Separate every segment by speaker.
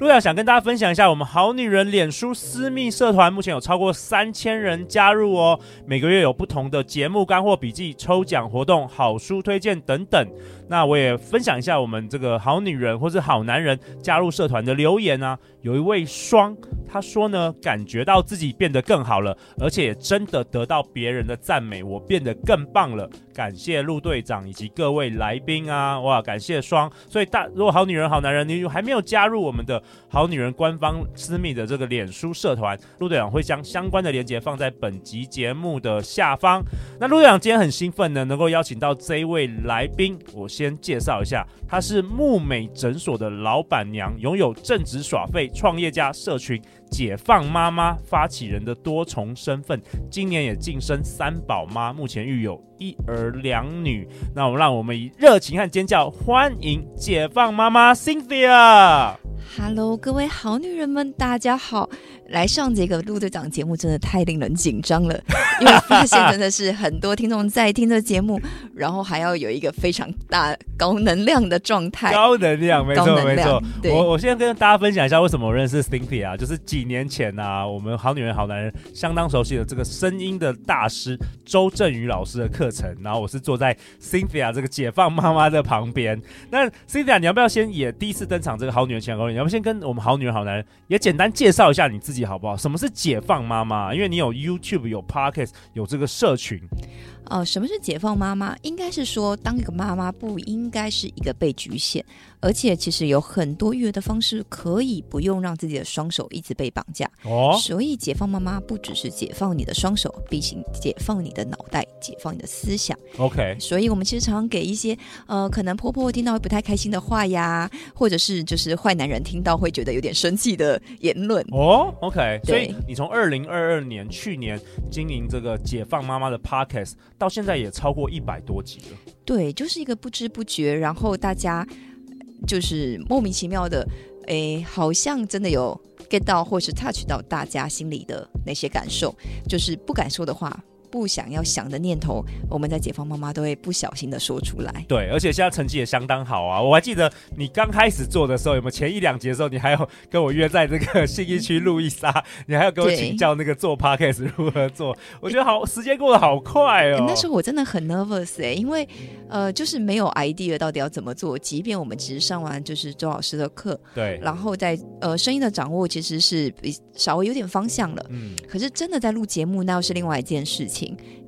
Speaker 1: 陆队长想跟大家分享一下，我们好女人脸书私密社团目前有超过三千人加入哦，每个月有不同的节目干货笔记、抽奖活动、好书推荐等等。那我也分享一下我们这个好女人或是好男人加入社团的留言啊，有一位双他说呢，感觉到自己变得更好了，而且也真的得到别人的赞美，我变得更棒了。感谢陆队长以及各位来宾啊，哇，感谢双。所以大，如果好女人、好男人，你还没有加入我们的好女人官方私密的这个脸书社团，陆队长会将相关的链接放在本集节目的下方。那陆队长今天很兴奋呢，能够邀请到这一位来宾，我先介绍一下，她是木美诊所的老板娘，拥有正职耍废创业家社群。解放妈妈发起人的多重身份，今年也晋升三宝妈，目前育有一儿两女。那我们让我们以热情和尖叫欢迎解放妈妈 Cynthia。
Speaker 2: Hello，各位好女人们，大家好！来上这个陆队长节目真的太令人紧张了，因为发现真的是很多听众在听这节目，然后还要有一个非常大高能量的状态。
Speaker 1: 高能量，没
Speaker 2: 高
Speaker 1: 错
Speaker 2: 能
Speaker 1: 没错
Speaker 2: 量。对
Speaker 1: 我我先跟大家分享一下为什么我认识 Stinky 啊，就是几年前啊，我们好女人好男人相当熟悉的这个声音的大师周振宇老师的课程，然后我是坐在 Cynthia 这个解放妈妈的旁边。那 Cynthia，你要不要先也第一次登场这个好女人情感攻略？你要不要先跟我们好女人好男人也简单介绍一下你自己好不好？什么是解放妈妈？因为你有 YouTube，有 Podcast，有这个社群。
Speaker 2: 呃，什么是解放妈妈？应该是说，当一个妈妈不应该是一个被局限，而且其实有很多育儿的方式可以不用让自己的双手一直被绑架。
Speaker 1: 哦
Speaker 2: 所以，解放妈妈不只是解放你的双手，并行解放你的脑袋，解放你的思想。
Speaker 1: ，OK，
Speaker 2: 所以我们其实常常给一些呃，可能婆婆听到会不太开心的话呀，或者是就是坏男人听到会觉得有点生气的言论。
Speaker 1: 哦，OK，所
Speaker 2: 对
Speaker 1: 以你从二零二二年去年经营这个解放妈妈的 Podcast 到现在也超过一百多集了。
Speaker 2: 对，就是一个不知不觉，然后大家呃就是莫名其妙的，诶，好像真的有 get 到或是 touch 到大家心里的那些感受，就是不敢说的话。不想要想的念头，我们在解放妈妈都会不小心的说出来。
Speaker 1: 对，而且现在成绩也相当好啊！我还记得你刚开始做的时候，有没有前一两集的时候，你还有跟我约在这个信义区路易莎，啊你还要跟我
Speaker 2: 对
Speaker 1: 请教那个做 Podcast 如何做。我觉得好，时间过得好快
Speaker 2: 欸
Speaker 1: 哦。
Speaker 2: 那时候我真的很 nervous 哎、因为呃，就是没有 idea 到底要怎么做。即便我们只是上完就是周老师的课，
Speaker 1: 对，
Speaker 2: 然后在呃声音的掌握其实是比稍微有点方向了。
Speaker 1: 嗯，
Speaker 2: 可是真的在录节目，那又是另外一件事情，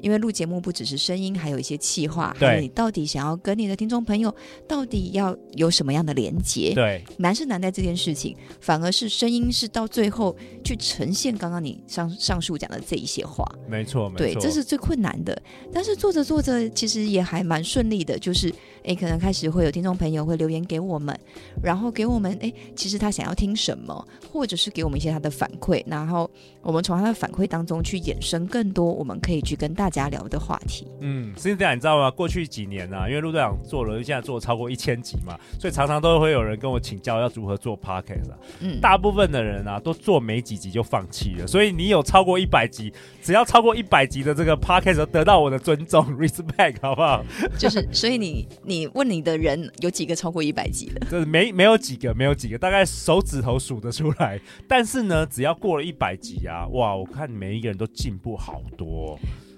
Speaker 2: 因为录节目不只是声音，还有一些气话，
Speaker 1: 对
Speaker 2: 还有你到底想要跟你的听众朋友到底要有什么样的连接，
Speaker 1: 对，
Speaker 2: 难是难在这件事情，反而是声音是到最后去呈现刚刚你上上述讲的这一些话。
Speaker 1: 没错，没错，
Speaker 2: 对，这是最困难的。但是做着做着，其实也还蛮顺利的。就是，诶，可能开始会有听众朋友会留言给我们，然后给我们，诶，其实他想要听什么，或者是给我们一些他的反馈，然后我们从他的反馈当中去衍生更多我们可以去跟大家聊的话题。
Speaker 1: 嗯，是这样，你知道吗？过去几年啊，因为陆队长做了，现在做超过一千集嘛，所以常常都会有人跟我请教要如何做 podcast 啊。
Speaker 2: 嗯，
Speaker 1: 大部分的人啊，都做没几集就放弃了，所以你有超过一百集，只要超过一百集的这个 podcast 得到我的尊重 respect，好不好？
Speaker 2: 就是，所以你你问你的人有几个超过一百集的？
Speaker 1: 这没没有几个，没有几个，大概手指头数得出来。但是呢，只要过了一百集啊，哇，我看每一个人都进步好多哦、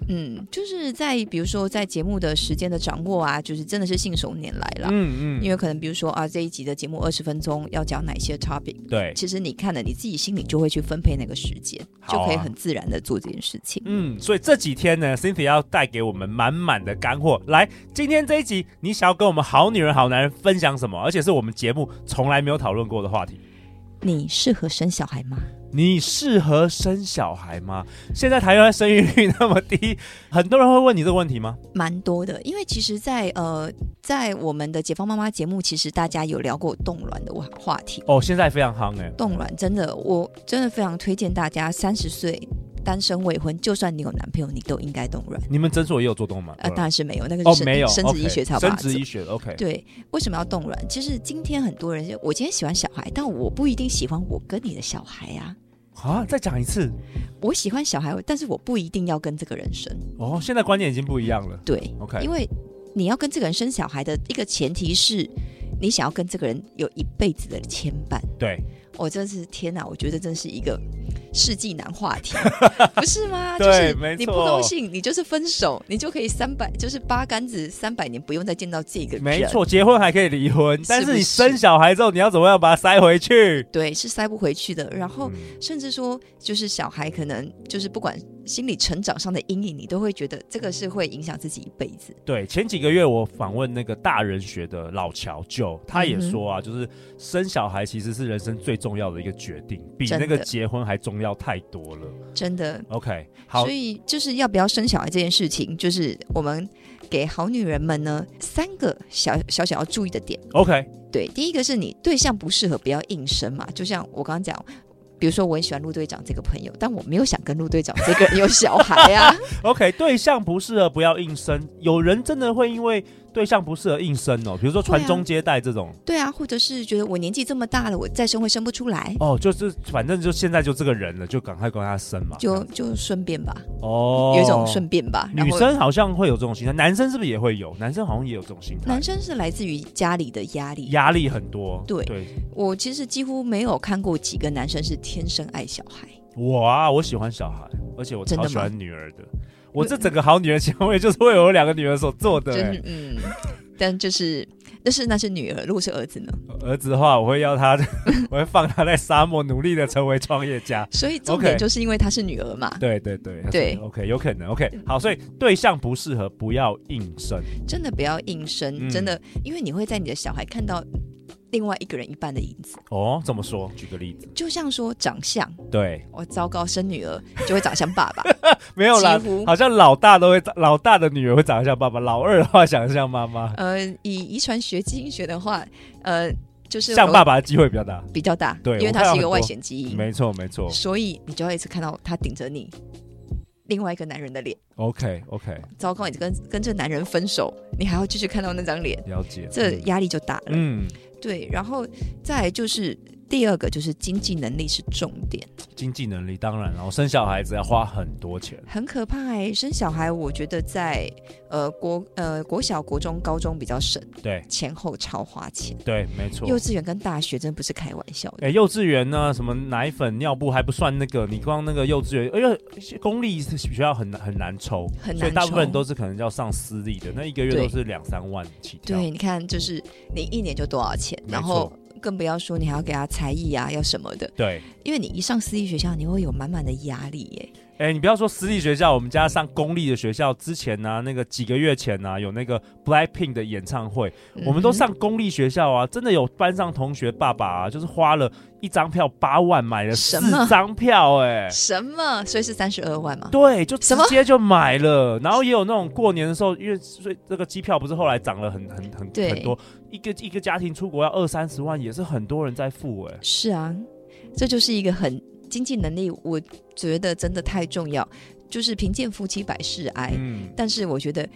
Speaker 2: 嗯，就是在比如说在节目的时间的掌握啊，就是真的是信手拈来啦。
Speaker 1: 嗯
Speaker 2: 因
Speaker 1: 嗯，
Speaker 2: 为可能比如说啊，这一集的节目二十分钟要讲哪些 topic，
Speaker 1: 嗯对，
Speaker 2: 其实你看了，你自己心里就会去分配那个时间，
Speaker 1: 好啊
Speaker 2: 就可以很自然的做这件事情。
Speaker 1: 嗯，所以这几天呢，Cynthia 要带给我们满满的干货。来，今天这一集，你想要跟我们好女人、好男人分享什么？而且是我们节目从来没有讨论过的话题。
Speaker 2: 你适合生小孩吗？
Speaker 1: 你适合生小孩吗？现在台湾生育率那么低，很多人会问你这个问题吗？
Speaker 2: 蛮多的，因为其实在，呃，在我们的解放妈妈节目，其实大家有聊过冻卵的话话题。
Speaker 1: 哦，现在非常夯哎、
Speaker 2: 冻卵真的，我真的非常推荐大家，三十岁单身未婚，就算你有男朋友，你都应该冻卵。
Speaker 1: 你们诊所也有做动吗？
Speaker 2: 啊，当然是没有，那个
Speaker 1: 哦
Speaker 2: 是，生
Speaker 1: 没有，
Speaker 2: 生殖医学才有
Speaker 1: o
Speaker 2: 办
Speaker 1: 生
Speaker 2: 法做
Speaker 1: 殖医学 OK，
Speaker 2: 对，为什么要冻卵？其实今天很多人就，我今天喜欢小孩，但我不一定喜欢我跟你的小孩啊。
Speaker 1: 啊，再讲一次
Speaker 2: 我喜欢小孩，但是我不一定要跟这个人生。
Speaker 1: 哦，现在观念已经不一样了。
Speaker 2: 对
Speaker 1: OK
Speaker 2: 因为你要跟这个人生小孩的一个前提是，你想要跟这个人有一辈子的牵绊。
Speaker 1: 对，
Speaker 2: 我、真是天哪！我觉得真是一个世纪难话 题，不是吗？就
Speaker 1: 对
Speaker 2: 是
Speaker 1: 没
Speaker 2: 你不
Speaker 1: 错
Speaker 2: 高兴，你就是分手，你就可以三百，就是八竿子三百年不用再见到这个人。
Speaker 1: 没，错，结婚还可以离婚，但
Speaker 2: 是
Speaker 1: 是
Speaker 2: 不
Speaker 1: 你
Speaker 2: 是
Speaker 1: 生小孩之后，你要怎么样把它塞回去？
Speaker 2: 对，是塞不回去的。然后
Speaker 1: 嗯
Speaker 2: 甚至说，就是小孩可能就是不管心理成长上的阴影，你都会觉得这个是会影响自己一辈子。
Speaker 1: 对，前几个月我访问那个大人学的老乔舅，他也
Speaker 2: 嗯哼
Speaker 1: 说啊，就是生小孩其实是人生最重要的一个决定，比
Speaker 2: 真
Speaker 1: 那个
Speaker 2: 的
Speaker 1: 结婚还重要太多了。
Speaker 2: 真的，
Speaker 1: OK，好
Speaker 2: 所，以就是要不要生小孩这件事情，就是我们给好女人们呢三个小小小要注意的点。
Speaker 1: OK，
Speaker 2: 对，第一个是你对象不适合，不要硬生嘛。就像我刚刚讲，比如说我很喜欢陆队长这个朋友，但我没有想跟陆队长这个人有小孩 啊。
Speaker 1: OK，对象不适合不要硬生，有人真的会因为对象不适合硬生哦，比如说传
Speaker 2: 会啊
Speaker 1: 宗接代这种、
Speaker 2: 对啊，或者是觉得我年纪这么大了，我再生会生啊不出来，
Speaker 1: 哦，就是反正就现在就这个人了，就赶快跟他生嘛，这
Speaker 2: 就
Speaker 1: 样
Speaker 2: 就顺便吧，
Speaker 1: 哦，
Speaker 2: 有一种顺便吧。然
Speaker 1: 女
Speaker 2: 后
Speaker 1: 生好像会有这种心态，男生是不是也会有？男生好像也有这种心态
Speaker 2: 男，生是来自于家里的压力，
Speaker 1: 压力很多，
Speaker 2: 对
Speaker 1: 对，
Speaker 2: 我其实几乎没有看过几个男生是天生爱小孩。
Speaker 1: 我啊，我喜欢小孩，而且我
Speaker 2: 真的
Speaker 1: 超
Speaker 2: 吗
Speaker 1: 喜欢女儿的。我这整个好女人行为就是为我两个女儿所做的、
Speaker 2: 真
Speaker 1: 欸。
Speaker 2: 嗯，但就是但是那是女儿，如果是儿子呢？
Speaker 1: 哎儿子的话，我会要他， 我会放他在沙漠，努力的成为创业家。
Speaker 2: 所以重点
Speaker 1: OK
Speaker 2: 就是因为她是女儿嘛，
Speaker 1: 对对对
Speaker 2: 对
Speaker 1: ，OK，有可能，OK，好，所以对象不适合，不要硬生，
Speaker 2: 真的不要硬生，
Speaker 1: 嗯
Speaker 2: 真的，因为你会在你的小孩看到另外一个人一半的影子，
Speaker 1: 哦，怎么说？举个例子，
Speaker 2: 就像说长相，
Speaker 1: 对，
Speaker 2: 我糟糕，生女儿就会长相爸爸，
Speaker 1: 没有啦
Speaker 2: 几乎，
Speaker 1: 好像老大都会，老大的女儿会长得像爸爸，老二的话想像妈妈，
Speaker 2: 呃，以遗传学基因学的话，呃，就是
Speaker 1: 像爸爸的机会比较大。
Speaker 2: 比较大，
Speaker 1: 对
Speaker 2: 因为
Speaker 1: 我
Speaker 2: 它
Speaker 1: 看到
Speaker 2: 是一个
Speaker 1: 很
Speaker 2: 外
Speaker 1: 多
Speaker 2: 显基因，
Speaker 1: 没错，没错
Speaker 2: 所以你就会一直看到他顶着你另外一个男人的脸。
Speaker 1: ，OK，OK，、
Speaker 2: 糟糕，你跟跟这个男人分手，你还要继续看到那张脸，
Speaker 1: 了解。
Speaker 2: 这压力就大了。
Speaker 1: 嗯，
Speaker 2: 对，然后再来就是第二个就是经济能力是重点，
Speaker 1: 经济能力当然，然后生小孩子要花很多钱。
Speaker 2: 很可怕哎、生小孩，我觉得在呃国呃国小、国中、高中比较省，
Speaker 1: 对
Speaker 2: 前后超花钱。
Speaker 1: 对，没错。
Speaker 2: 幼稚园跟大学真不是开玩笑的，
Speaker 1: 哎，幼稚园呢，什么奶粉、尿布还不算那个，你光那个幼稚园，因为公立学校很难很难抽，
Speaker 2: 很
Speaker 1: 所以
Speaker 2: 难
Speaker 1: 大部分
Speaker 2: 抽
Speaker 1: 都是可能要上私立的，那一个月都
Speaker 2: 对
Speaker 1: 是两三万起跳。
Speaker 2: 对，你看就是你一年就多少钱，
Speaker 1: 没
Speaker 2: 然后更不要说你还要给他才艺啊，要什么的，
Speaker 1: 对，
Speaker 2: 因为你一上私立学校，你会有满满的压力耶、
Speaker 1: 哎、你不要说私立学校，我们家上公立的学校之前呢、那个几个月前呢、有那个 Blackpink 的演唱会，我们都
Speaker 2: 嗯哼
Speaker 1: 上公立学校啊，真的有班上同学爸爸啊，就是花了一张票八万买了
Speaker 2: 什
Speaker 1: 四
Speaker 2: 么
Speaker 1: 张票、哎，
Speaker 2: 什么，所以是三十二万嘛。
Speaker 1: 对，就直
Speaker 2: 什么
Speaker 1: 接就买了。然后也有那种过年的时候，因为所以这个机票不是后来涨了很很很
Speaker 2: 对
Speaker 1: 很多，一个一个家庭出国要二三十万，也是很多人在付、哎，
Speaker 2: 是啊，这就是一个很经济能力，我觉得真的太重要。就是贫贱夫妻百事哀，
Speaker 1: 嗯，
Speaker 2: 但是我觉得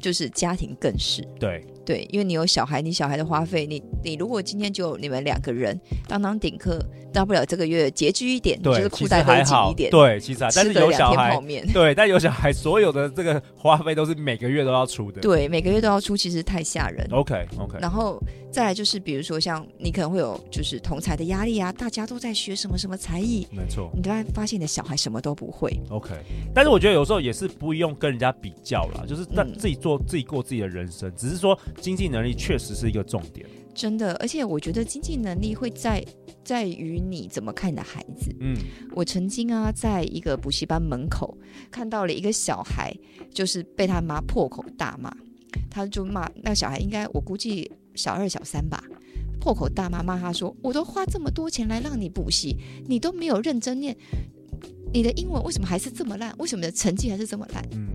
Speaker 2: 就是家庭更是
Speaker 1: 对，
Speaker 2: 对，因为你有小孩，你小孩的花费，你你如果今天就你们两个人当当顶客，大不了这个月拮据一点，你就是
Speaker 1: 对，
Speaker 2: 裤
Speaker 1: 其实
Speaker 2: 带
Speaker 1: 还
Speaker 2: 勒紧
Speaker 1: 好，
Speaker 2: 一点，
Speaker 1: 对，其实还，但
Speaker 2: 吃
Speaker 1: 是
Speaker 2: 个
Speaker 1: 有
Speaker 2: 两
Speaker 1: 小
Speaker 2: 天
Speaker 1: 孩
Speaker 2: 泡，面。
Speaker 1: 对，但有小孩，所有的这个花费都是每个月都要出的。
Speaker 2: 对，每个月都要出，其实太吓人。
Speaker 1: ，OK OK，
Speaker 2: 然后再来就是，比如说像你可能会有就是同才的压力啊，大家都在学什么什么才艺，
Speaker 1: 没错
Speaker 2: 你突然发现你的小孩什么都不会，
Speaker 1: ，OK。但是我觉得有时候也是不用跟人家比较啦，就是在
Speaker 2: 嗯
Speaker 1: 自己做、自己过自己的人生，只是说经济能力确实是一个重点。
Speaker 2: 真的，而且我觉得经济能力会在在于你怎么看你的孩子。
Speaker 1: 嗯，
Speaker 2: 我曾经啊，在一个补习班门口看到了一个小孩，就是被他妈破口大骂，他就骂那个小孩应该我估计小二小三吧，破口大骂，骂他说：“我都花这么多钱来让你补习，你都没有认真念，你的英文为什么还是这么烂？为什么你的成绩还是这么烂？”
Speaker 1: 嗯，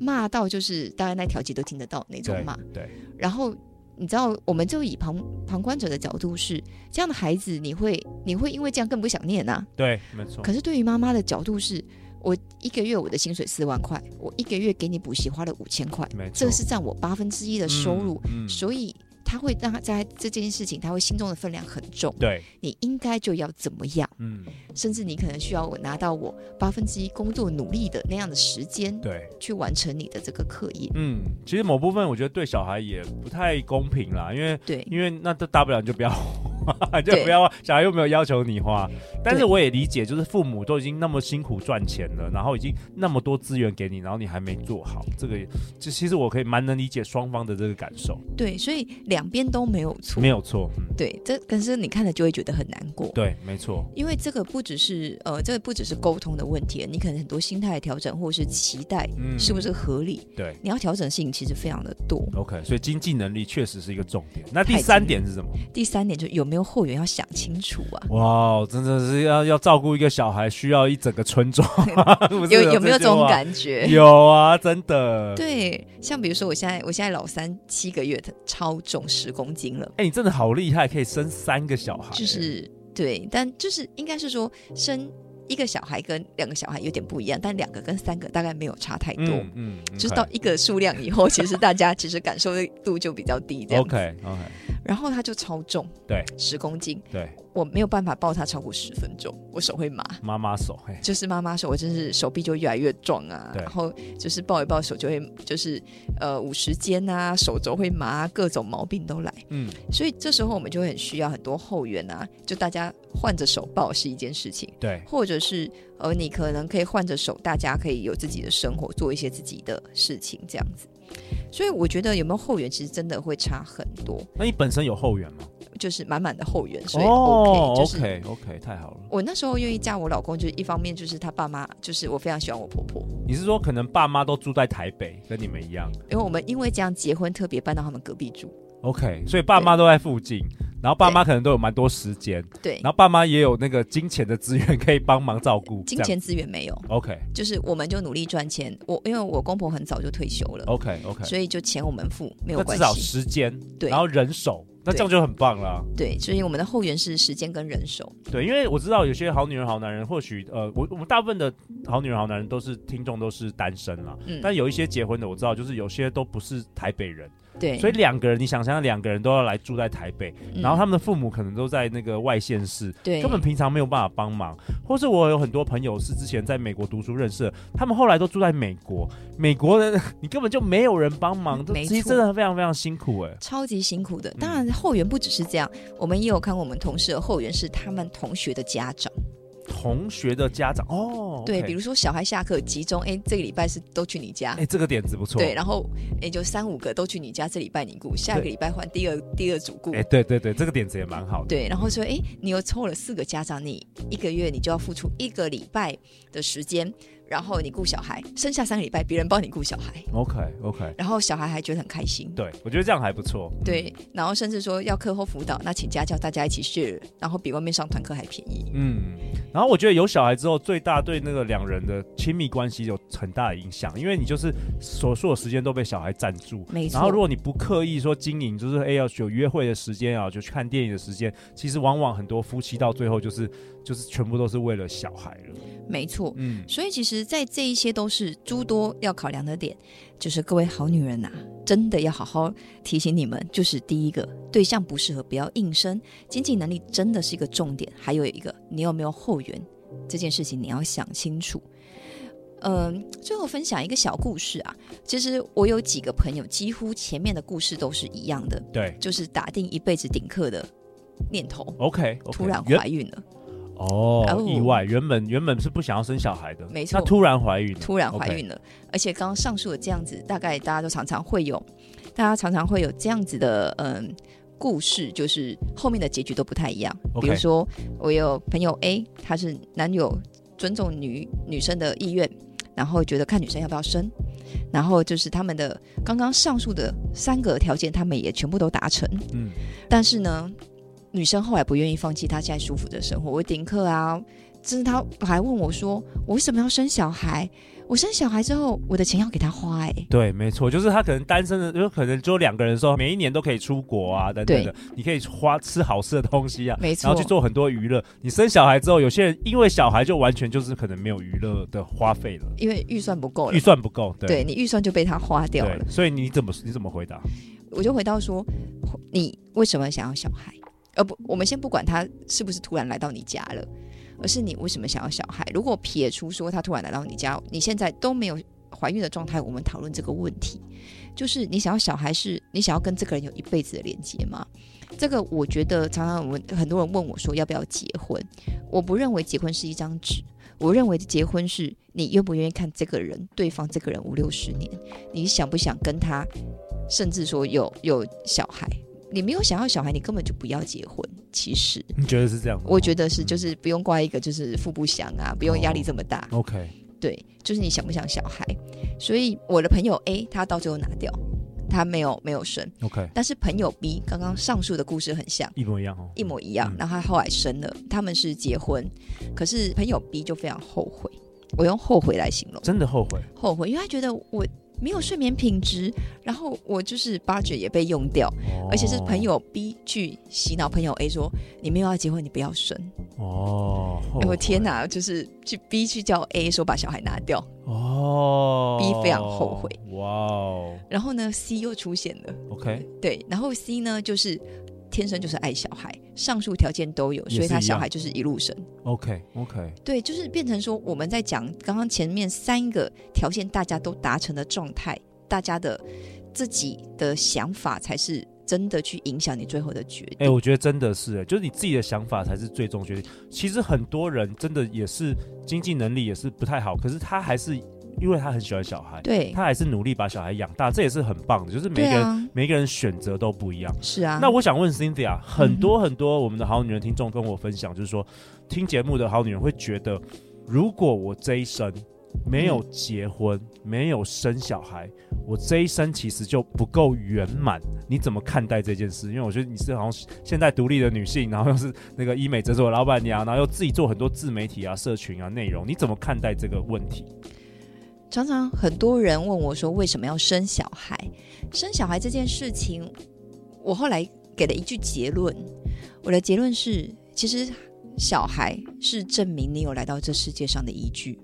Speaker 2: 骂到就是大概那条街都听得到那种
Speaker 1: 对
Speaker 2: 骂。
Speaker 1: 对，
Speaker 2: 然后你知道，我们就以旁旁观者的角度是，这样的孩子你会你会因为这样更不想念呐、
Speaker 1: 对，没错，
Speaker 2: 可是对于妈妈的角度是，我一个月我的薪水四万块，我一个月给你补习花了五千块，
Speaker 1: 没错，
Speaker 2: 这是占我八分之一的收入，
Speaker 1: 嗯，嗯
Speaker 2: 所以。他会让他在这件事情，他会心中的分量很重。
Speaker 1: 对，
Speaker 2: 你应该就要怎么样，
Speaker 1: 嗯，
Speaker 2: 甚至你可能需要我拿到我八分之一工作努力的那样的时间，
Speaker 1: 对，
Speaker 2: 去完成你的这个课业。
Speaker 1: 嗯，其实某部分我觉得对小孩也不太公平啦，因为
Speaker 2: 对，
Speaker 1: 因为那都大不了你就不要 花，啊就
Speaker 2: 对
Speaker 1: 不要花小孩又没有要求你花。但是我也理解，就是父母都已经那么辛苦赚钱了，然后已经那么多资源给你，然后你还没做好，这个也这其实我可以蛮能理解双方的这个感受，
Speaker 2: 对，所以两边都没有错。
Speaker 1: 没有错，嗯，
Speaker 2: 对，这可是你看了就会觉得很难过。
Speaker 1: 对，没错，
Speaker 2: 因为这个不只是呃，这个不只是沟通的问题，你可能很多心态的调整或是期待
Speaker 1: 嗯，
Speaker 2: 是不是合理，
Speaker 1: 对
Speaker 2: 你要调整的事情其实非常的多。
Speaker 1: ？OK，所以经济能力确实是一个重点。那第
Speaker 2: 太
Speaker 1: 三
Speaker 2: 重
Speaker 1: 点是什么？
Speaker 2: 第三点就是有没有后援要想清楚啊，
Speaker 1: 哇，真的是要要照顾一个小孩，需要一整个村 庄，不是
Speaker 2: 有有没有这
Speaker 1: 句话
Speaker 2: 种？感觉？
Speaker 1: 有啊，真的。
Speaker 2: 对，像比如说我现在我现在老三七个月，他超重十公斤了，
Speaker 1: 哎、你真的好厉害，可以生三个小孩、
Speaker 2: 就是对，但就是应该是说生一个小孩跟两个小孩有点不一样，但两个跟三个大概没有差太多。
Speaker 1: 嗯嗯，
Speaker 2: 就是到一个数量以后，其实大家其实感受度就比较低这样。
Speaker 1: OK OK，
Speaker 2: 然后他就超重，
Speaker 1: 对，
Speaker 2: 十公斤，
Speaker 1: 对，
Speaker 2: 我没有办法抱他超过十分钟，我手会麻。
Speaker 1: 妈妈手，嘿
Speaker 2: 就是妈妈手，我真是手臂就越来越壮啊，
Speaker 1: 对
Speaker 2: 然后就是抱一抱手就会就是呃五十肩啊，手肘会麻啊，各种毛病都来。
Speaker 1: 嗯，
Speaker 2: 所以这时候我们就会很需要很多后援啊，就大家换着手抱是一件事情。
Speaker 1: 对，
Speaker 2: 或者是呃，你可能可以换着手，大家可以有自己的生活，做一些自己的事情，这样子。所以我觉得有没有后援，其实真的会差很多，
Speaker 1: 那你本身有后援吗？
Speaker 2: 就是满满的后援，所以 OK，、
Speaker 1: 哦
Speaker 2: 就是
Speaker 1: ，OK OK，太好了。
Speaker 2: 我那时候愿意嫁我老公，就是一方面就是他爸妈，就是我非常喜欢我婆婆，
Speaker 1: 你是说可能爸妈都住在台北，跟你们一样
Speaker 2: 因为我们因为这样结婚，特别搬到他们隔壁住，
Speaker 1: ？OK，所以爸妈都在附近，然后爸妈可能都有蛮多时间，
Speaker 2: 对
Speaker 1: 然，后爸妈也有那个金钱的资源可以帮忙照顾。
Speaker 2: 金钱资源没有，
Speaker 1: OK
Speaker 2: 就是我们就努力赚钱。我因为我公婆很早就退休了，
Speaker 1: OK OK，
Speaker 2: 所以就钱我们付，没有
Speaker 1: 哦那
Speaker 2: 关
Speaker 1: 至
Speaker 2: 系
Speaker 1: 少。时间，
Speaker 2: 对
Speaker 1: 然后人手，那这样就很棒了。
Speaker 2: 对，所以我们的后援是时间跟人手，
Speaker 1: 对，因为我知道有些好女人、好男人，或许呃，我我们大部分的好女人、好男人都是听众都是单身啦，
Speaker 2: 嗯，
Speaker 1: 但有一些结婚的，我知道就是有些都不是台北人，
Speaker 2: 对，
Speaker 1: 所以两个人，你想象两个人都要来住在台北，
Speaker 2: 嗯
Speaker 1: 然后他们的父母可能都在那个外县市，
Speaker 2: 对
Speaker 1: 根本平常没有办法帮忙，或是我有很多朋友是之前在美国读书认识的，他们后来都住在美国，美国人 你根本就没有人帮忙，这
Speaker 2: 没
Speaker 1: 其实
Speaker 2: 错
Speaker 1: 真的非常非常辛苦哎、
Speaker 2: 超级辛苦的。当然，后援不只是这样，我们也有看我们同事的后援是他们同学的家长。
Speaker 1: 同学的家长哦，
Speaker 2: 对
Speaker 1: OK
Speaker 2: 比如说小孩下课集中，哎，这个礼拜是都去你家
Speaker 1: 哎、。这个点子不错，
Speaker 2: 对，然后哎，就三五个都去你家，这礼拜你顾，下个
Speaker 1: 对
Speaker 2: 礼拜换第二第二组顾。
Speaker 1: 哎、对对对，这个点子也蛮好的。
Speaker 2: 对，然后说，哎，你又凑了四个家长，你一个月你就要付出一个礼拜的时间，然后你顾小孩，剩下三个礼拜别人帮你顾小孩，
Speaker 1: OK OK，
Speaker 2: 然后小孩还觉得很开心。
Speaker 1: 对我觉得这样还不错。
Speaker 2: 对，然后甚至说要课后辅导，那请家教大家一起 share，然后比外面上团课还便宜。
Speaker 1: 嗯，然后我觉得有小孩之后，最大对那个两人的亲密关系有很大的影响，因为你就是所所有时间都被小孩占住。
Speaker 2: 没
Speaker 1: 然后如果你不刻意说经营，就是哎要有约会的时间啊，就去看电影的时间，其实往往很多夫妻到最后就是就是全部都是为了小孩了。
Speaker 2: 没错。
Speaker 1: 嗯，
Speaker 2: 所以其实，在这一些都是诸多要考量的点，就是各位好女人呐、真的要好好提醒你们，就是第一个，对象不适合不要硬生，经济能力真的是一个重点，还有一个，你有没有后援这件事情，你要想清楚。嗯，最后分享一个小故事啊，其实我有几个朋友，几乎前面的故事都是一样的，
Speaker 1: 对。
Speaker 2: 就是打定一辈子顶客的念头，
Speaker 1: OK，, o k
Speaker 2: 突然
Speaker 1: 原
Speaker 2: 怀孕了，
Speaker 1: 哦
Speaker 2: 哦
Speaker 1: 意外，原本原本是不想要生小孩的，
Speaker 2: 没错嗯
Speaker 1: 那突然怀孕了，
Speaker 2: 突然怀
Speaker 1: OK
Speaker 2: 孕了而且刚刚上述的这样子，大概大家都常常会有，大家常常会有这样子的嗯故事，就是后面的结局都不太一样。比如
Speaker 1: OK
Speaker 2: 说，我有朋友 A，他是男友尊重女女生的意愿，然后觉得看女生要不要生，然后就是他们的刚刚上述的三个条件，他们也全部都达成。
Speaker 1: 嗯，
Speaker 2: 但是呢，女生后来不愿意放弃她现在舒服的生活。我顶课啊，甚至她还问我说：“我为什么要生小孩？我生小孩之后，我的钱要给她花、欸。”哎，
Speaker 1: 对，没错，就是他可能单身的，有可能只有两个人的时候，每一年都可以出国啊，等等的，你可以花吃好吃的东西啊，
Speaker 2: 没错，
Speaker 1: 然后去做很多娱乐。你生小孩之后，有些人因为小孩就完全就是可能没有娱乐的花费了，
Speaker 2: 因为预算不够了
Speaker 1: 预。算不够，对
Speaker 2: 对你预算就被她花掉了
Speaker 1: 对，，所以你怎么你怎么回答？
Speaker 2: 我就回到说，你为什么想要小孩？呃不，我们先不管他是不是突然来到你家了，而是你为什么想要小孩？如果撇除说他突然来到你家，你现在都没有怀孕的状态，我们讨论这个问题，就是你想要小孩是你想要跟这个人有一辈子的连接吗？这个我觉得常常我们很多人问我说要不要结婚，我不认为结婚是一张纸，我认为结婚是你愿不愿意看这个人，对方这个人五六十年，你想不想跟他甚至说有有小孩，你没有想要小孩，你根本就不要结婚。其实
Speaker 1: 你觉得是这样吗？
Speaker 2: 我觉得是，就是不用挂一个就是腹部响啊，不用压力这么大。
Speaker 1: OK，
Speaker 2: 对，就是你想不想小孩。所以我的朋友 A 他到最后拿掉，他没有没有生，
Speaker 1: OK，
Speaker 2: 但是朋友 B 刚刚上述的故事很像。
Speaker 1: 一模一样哦，
Speaker 2: 一模一样
Speaker 1: 嗯，
Speaker 2: 然后他后来生了，他们是结婚，可是朋友 B 就非常后悔，我用后悔来形容，
Speaker 1: 真的后悔，
Speaker 2: 后悔，因为他觉得我没有睡眠品质，然后我就是八九也被用掉，
Speaker 1: 哦
Speaker 2: 而且是朋友 B 去洗脑朋友 A 说你没有要结婚，你不要生。
Speaker 1: 哦，后
Speaker 2: 哎
Speaker 1: 悔
Speaker 2: 我天，哪，就是去 B 去叫 A 说把小孩拿掉，
Speaker 1: 哦
Speaker 2: B 非常后悔，
Speaker 1: 哇哦
Speaker 2: 然后呢 C 又出现了，
Speaker 1: ，OK，
Speaker 2: 对，然后 C 呢就是天生就是爱小孩，上述条件都有，
Speaker 1: 也是
Speaker 2: 所以他
Speaker 1: 一
Speaker 2: 小
Speaker 1: 样
Speaker 2: 孩就是一路生。
Speaker 1: OK OK，
Speaker 2: 对，就是变成说我们在讲刚刚前面三个条件大家都达成的状态，大家的自己的想法才是真的去影响你最后的决定。
Speaker 1: 哎、我觉得真的是、哎，就是你自己的想法才是最终决定。其实很多人真的也是经济能力也是不太好，可是他还是因为他很喜欢小孩，
Speaker 2: 对，
Speaker 1: 他还是努力把小孩养大，这也是很棒的。就是每
Speaker 2: 对
Speaker 1: 个人、
Speaker 2: 啊，
Speaker 1: 每个人选择都不一样。
Speaker 2: 是啊。嗯
Speaker 1: 那我想问 Cynthia，很多很多我们的好女人听众跟我分享，就是说听节目的好女人会觉得，如果我这一生没有结婚，没有生小孩，我这一生其实就不够圆满。你怎么看待这件事？因为我觉得你是好像现在独立的女性，然后又是那个医美诊所的老板娘，然后又自己做很多自媒体啊、社群啊内容，你怎么看待这个问题？
Speaker 2: 常常很多人问我说，为什么要生小孩？生小孩这件事情，我后来给了一句结论，我的结论是，其实小孩是证明你有来到这世界上的依据，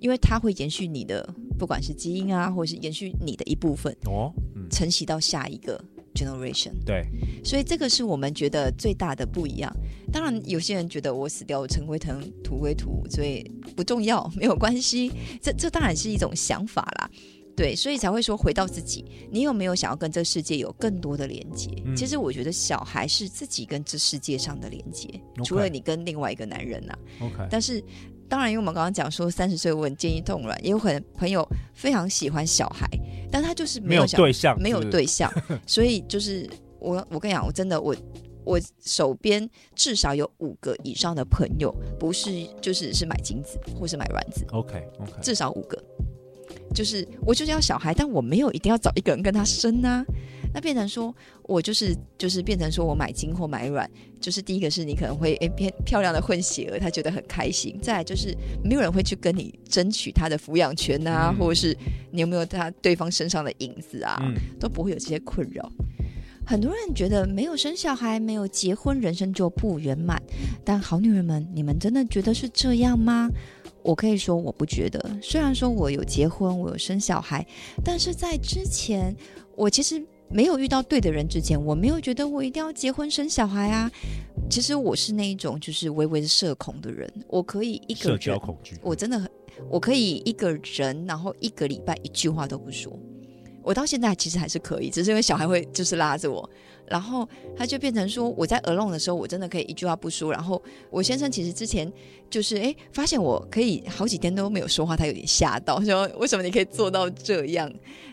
Speaker 2: 因为它会延续你的，不管是基因啊，或是延续你的一部分，
Speaker 1: 哦，嗯，
Speaker 2: 承袭到下一个 generation。
Speaker 1: 对，
Speaker 2: 所以这个是我们觉得最大的不一样。当然，有些人觉得我死掉尘归尘，土归土，所以不重要，没有关系。这这当然是一种想法啦。对，所以才会说回到自己，你有没有想要跟这世界有更多的连接？
Speaker 1: 嗯
Speaker 2: 其实我觉得小孩是自己跟这世界上的连接
Speaker 1: OK
Speaker 2: 除了你跟另外一个男人呐、
Speaker 1: ，OK，
Speaker 2: 但是，当然，因为我们刚刚讲说三十岁，我很建议冻卵，也有可能朋友非常喜欢小孩，但他就是
Speaker 1: 没
Speaker 2: 没
Speaker 1: 有
Speaker 2: 有想
Speaker 1: 对象，
Speaker 2: 没有
Speaker 1: 是不是，
Speaker 2: 对象，所以就是我我跟你讲，我真的我我手边至少有五个以上的朋友，不是就是是买精子或是买卵子，
Speaker 1: ，OK OK，
Speaker 2: 至少五个。就是我就是要小孩，但我没有一定要找一个人跟他生啊。那变成说我就是就是变成说我买精或买卵，就是第一个是你可能会诶变漂亮的混血儿，他觉得很开心。再来就是没有人会去跟你争取他的抚养权啊，
Speaker 1: 嗯
Speaker 2: 或者是你有没有他对方身上的影子啊，
Speaker 1: 嗯，
Speaker 2: 都不会有这些困扰。很多人觉得没有生小孩、没有结婚，人生就不圆满。但好女人们，你们真的觉得是这样吗？我可以说我不觉得。虽然说我有结婚，我有生小孩，但是在之前，我其实没有遇到对的人之前，我没有觉得我一定要结婚生小孩啊。其实我是那一种就是微微的社恐的人，我可以一个
Speaker 1: 社交
Speaker 2: 人
Speaker 1: 恐惧，
Speaker 2: 我真的很，我可以一个人，然后一个礼拜一句话都不说。我到现在其实还是可以，只是因为小孩会就是拉着我，然后他就变成说我在 alone 的时候，我真的可以一句话不说。然后我先生其实之前就是诶，发现我可以好几天都没有说话，他有点吓到，说为什么你可以做到这样？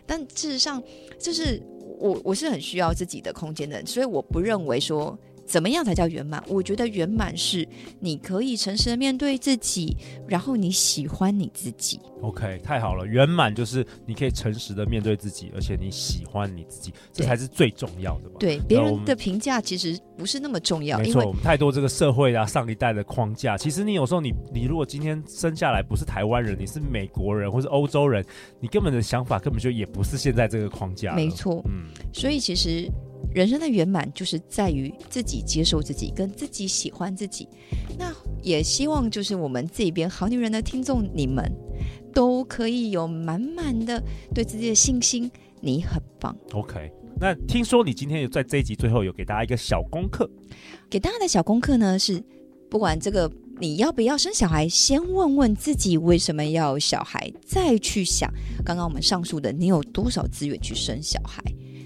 Speaker 2: 但事实上，就是我我是很需要自己的空间的人，所以我不认为说怎么样才叫圆满？我觉得圆满是你可以诚实的面对自己，然后你喜欢你自己。
Speaker 1: OK，太好了，圆满就是你可以诚实的面对自己，而且你喜欢你自己，这
Speaker 2: 对
Speaker 1: 才是最重要的嘛。
Speaker 2: 对别
Speaker 1: 我
Speaker 2: 人
Speaker 1: 们
Speaker 2: 的评价其实不是那么重要，
Speaker 1: 没
Speaker 2: 因
Speaker 1: 错，
Speaker 2: 为
Speaker 1: 我们太多这个社会啊、上一代的框架，其实你有时候你你如果今天生下来不是台湾人，你是美国人或是欧洲人，你根本的想法根本就也不是现在这个框架。
Speaker 2: 没，错，
Speaker 1: 嗯，
Speaker 2: 所以其实人生的圆满就是在于自己接受自己，跟自己喜欢自己。那也希望就是我们这边好女人的听众你们都可以有满满的对自己的信心，你很棒。
Speaker 1: OK，那听说你今天有在这一集最后有给大家一个小功课，
Speaker 2: 给大家的小功课呢是，不管这个你要不要生小孩，先问问自己为什么要有小孩，再去想刚刚我们上述的，你有多少资源去生小孩。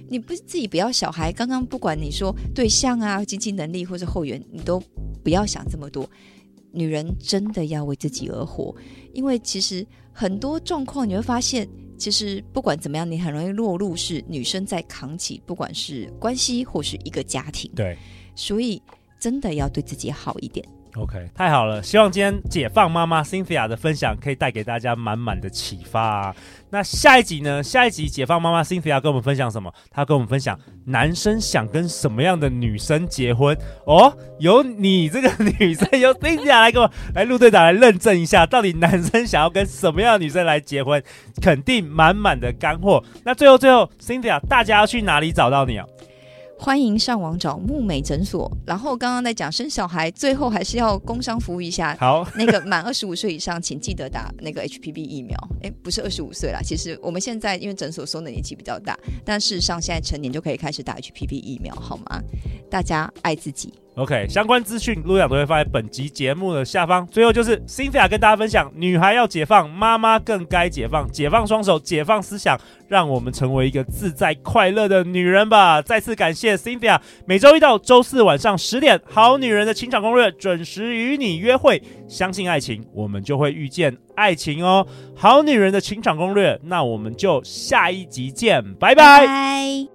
Speaker 2: 你不自己不要小孩，刚刚不管你说对象啊、经济能力或是后援，你都不要想这么多。女人真的要为自己而活，因为其实很多状况你会发现，其实不管怎么样，你很容易落入是女生在扛起，不管是关系或是一个家庭。
Speaker 1: 对。
Speaker 2: 所以真的要对自己好一点。
Speaker 1: OK，太好了！希望今天解放妈妈 Cynthia 的分享可以带给大家满满的启发、啊。那下一集呢？下一集解放妈妈 Cynthia 跟我们分享什么？她跟我们分享男生想跟什么样的女生结婚哦。由你这个女生， 由 Cynthia 来跟我来陆队长来认证一下，到底男生想要跟什么样的女生来结婚？肯定满满的干货。那最后最后，Cynthia，大家要去哪里找到你啊？
Speaker 2: 欢迎上网找木美诊所。然后刚刚在讲生小孩，最后还是要工商服务一下。
Speaker 1: 好，
Speaker 2: 那个满二十五岁以上，请记得打那个 HPV 疫苗。诶，不是二十五岁啦，其实我们现在因为诊所收的年纪比较大，但事实上现在成年就可以开始打 HPV 疫苗，好吗？大家爱自己。
Speaker 1: OK，相关资讯陆阳都会放在本集节目的下方。最后就是 Cynthia 跟大家分享：女孩要解放，妈妈更该解放，解放双手，解放思想，让我们成为一个自在快乐的女人吧！再次感谢 Cynthia，每周一到周四晚上十点，《好女人的情场攻略》准时与你约会。相信爱情，我们就会遇见爱情哦！《好女人的情场攻略》，那我们就下一集见，拜拜
Speaker 2: 拜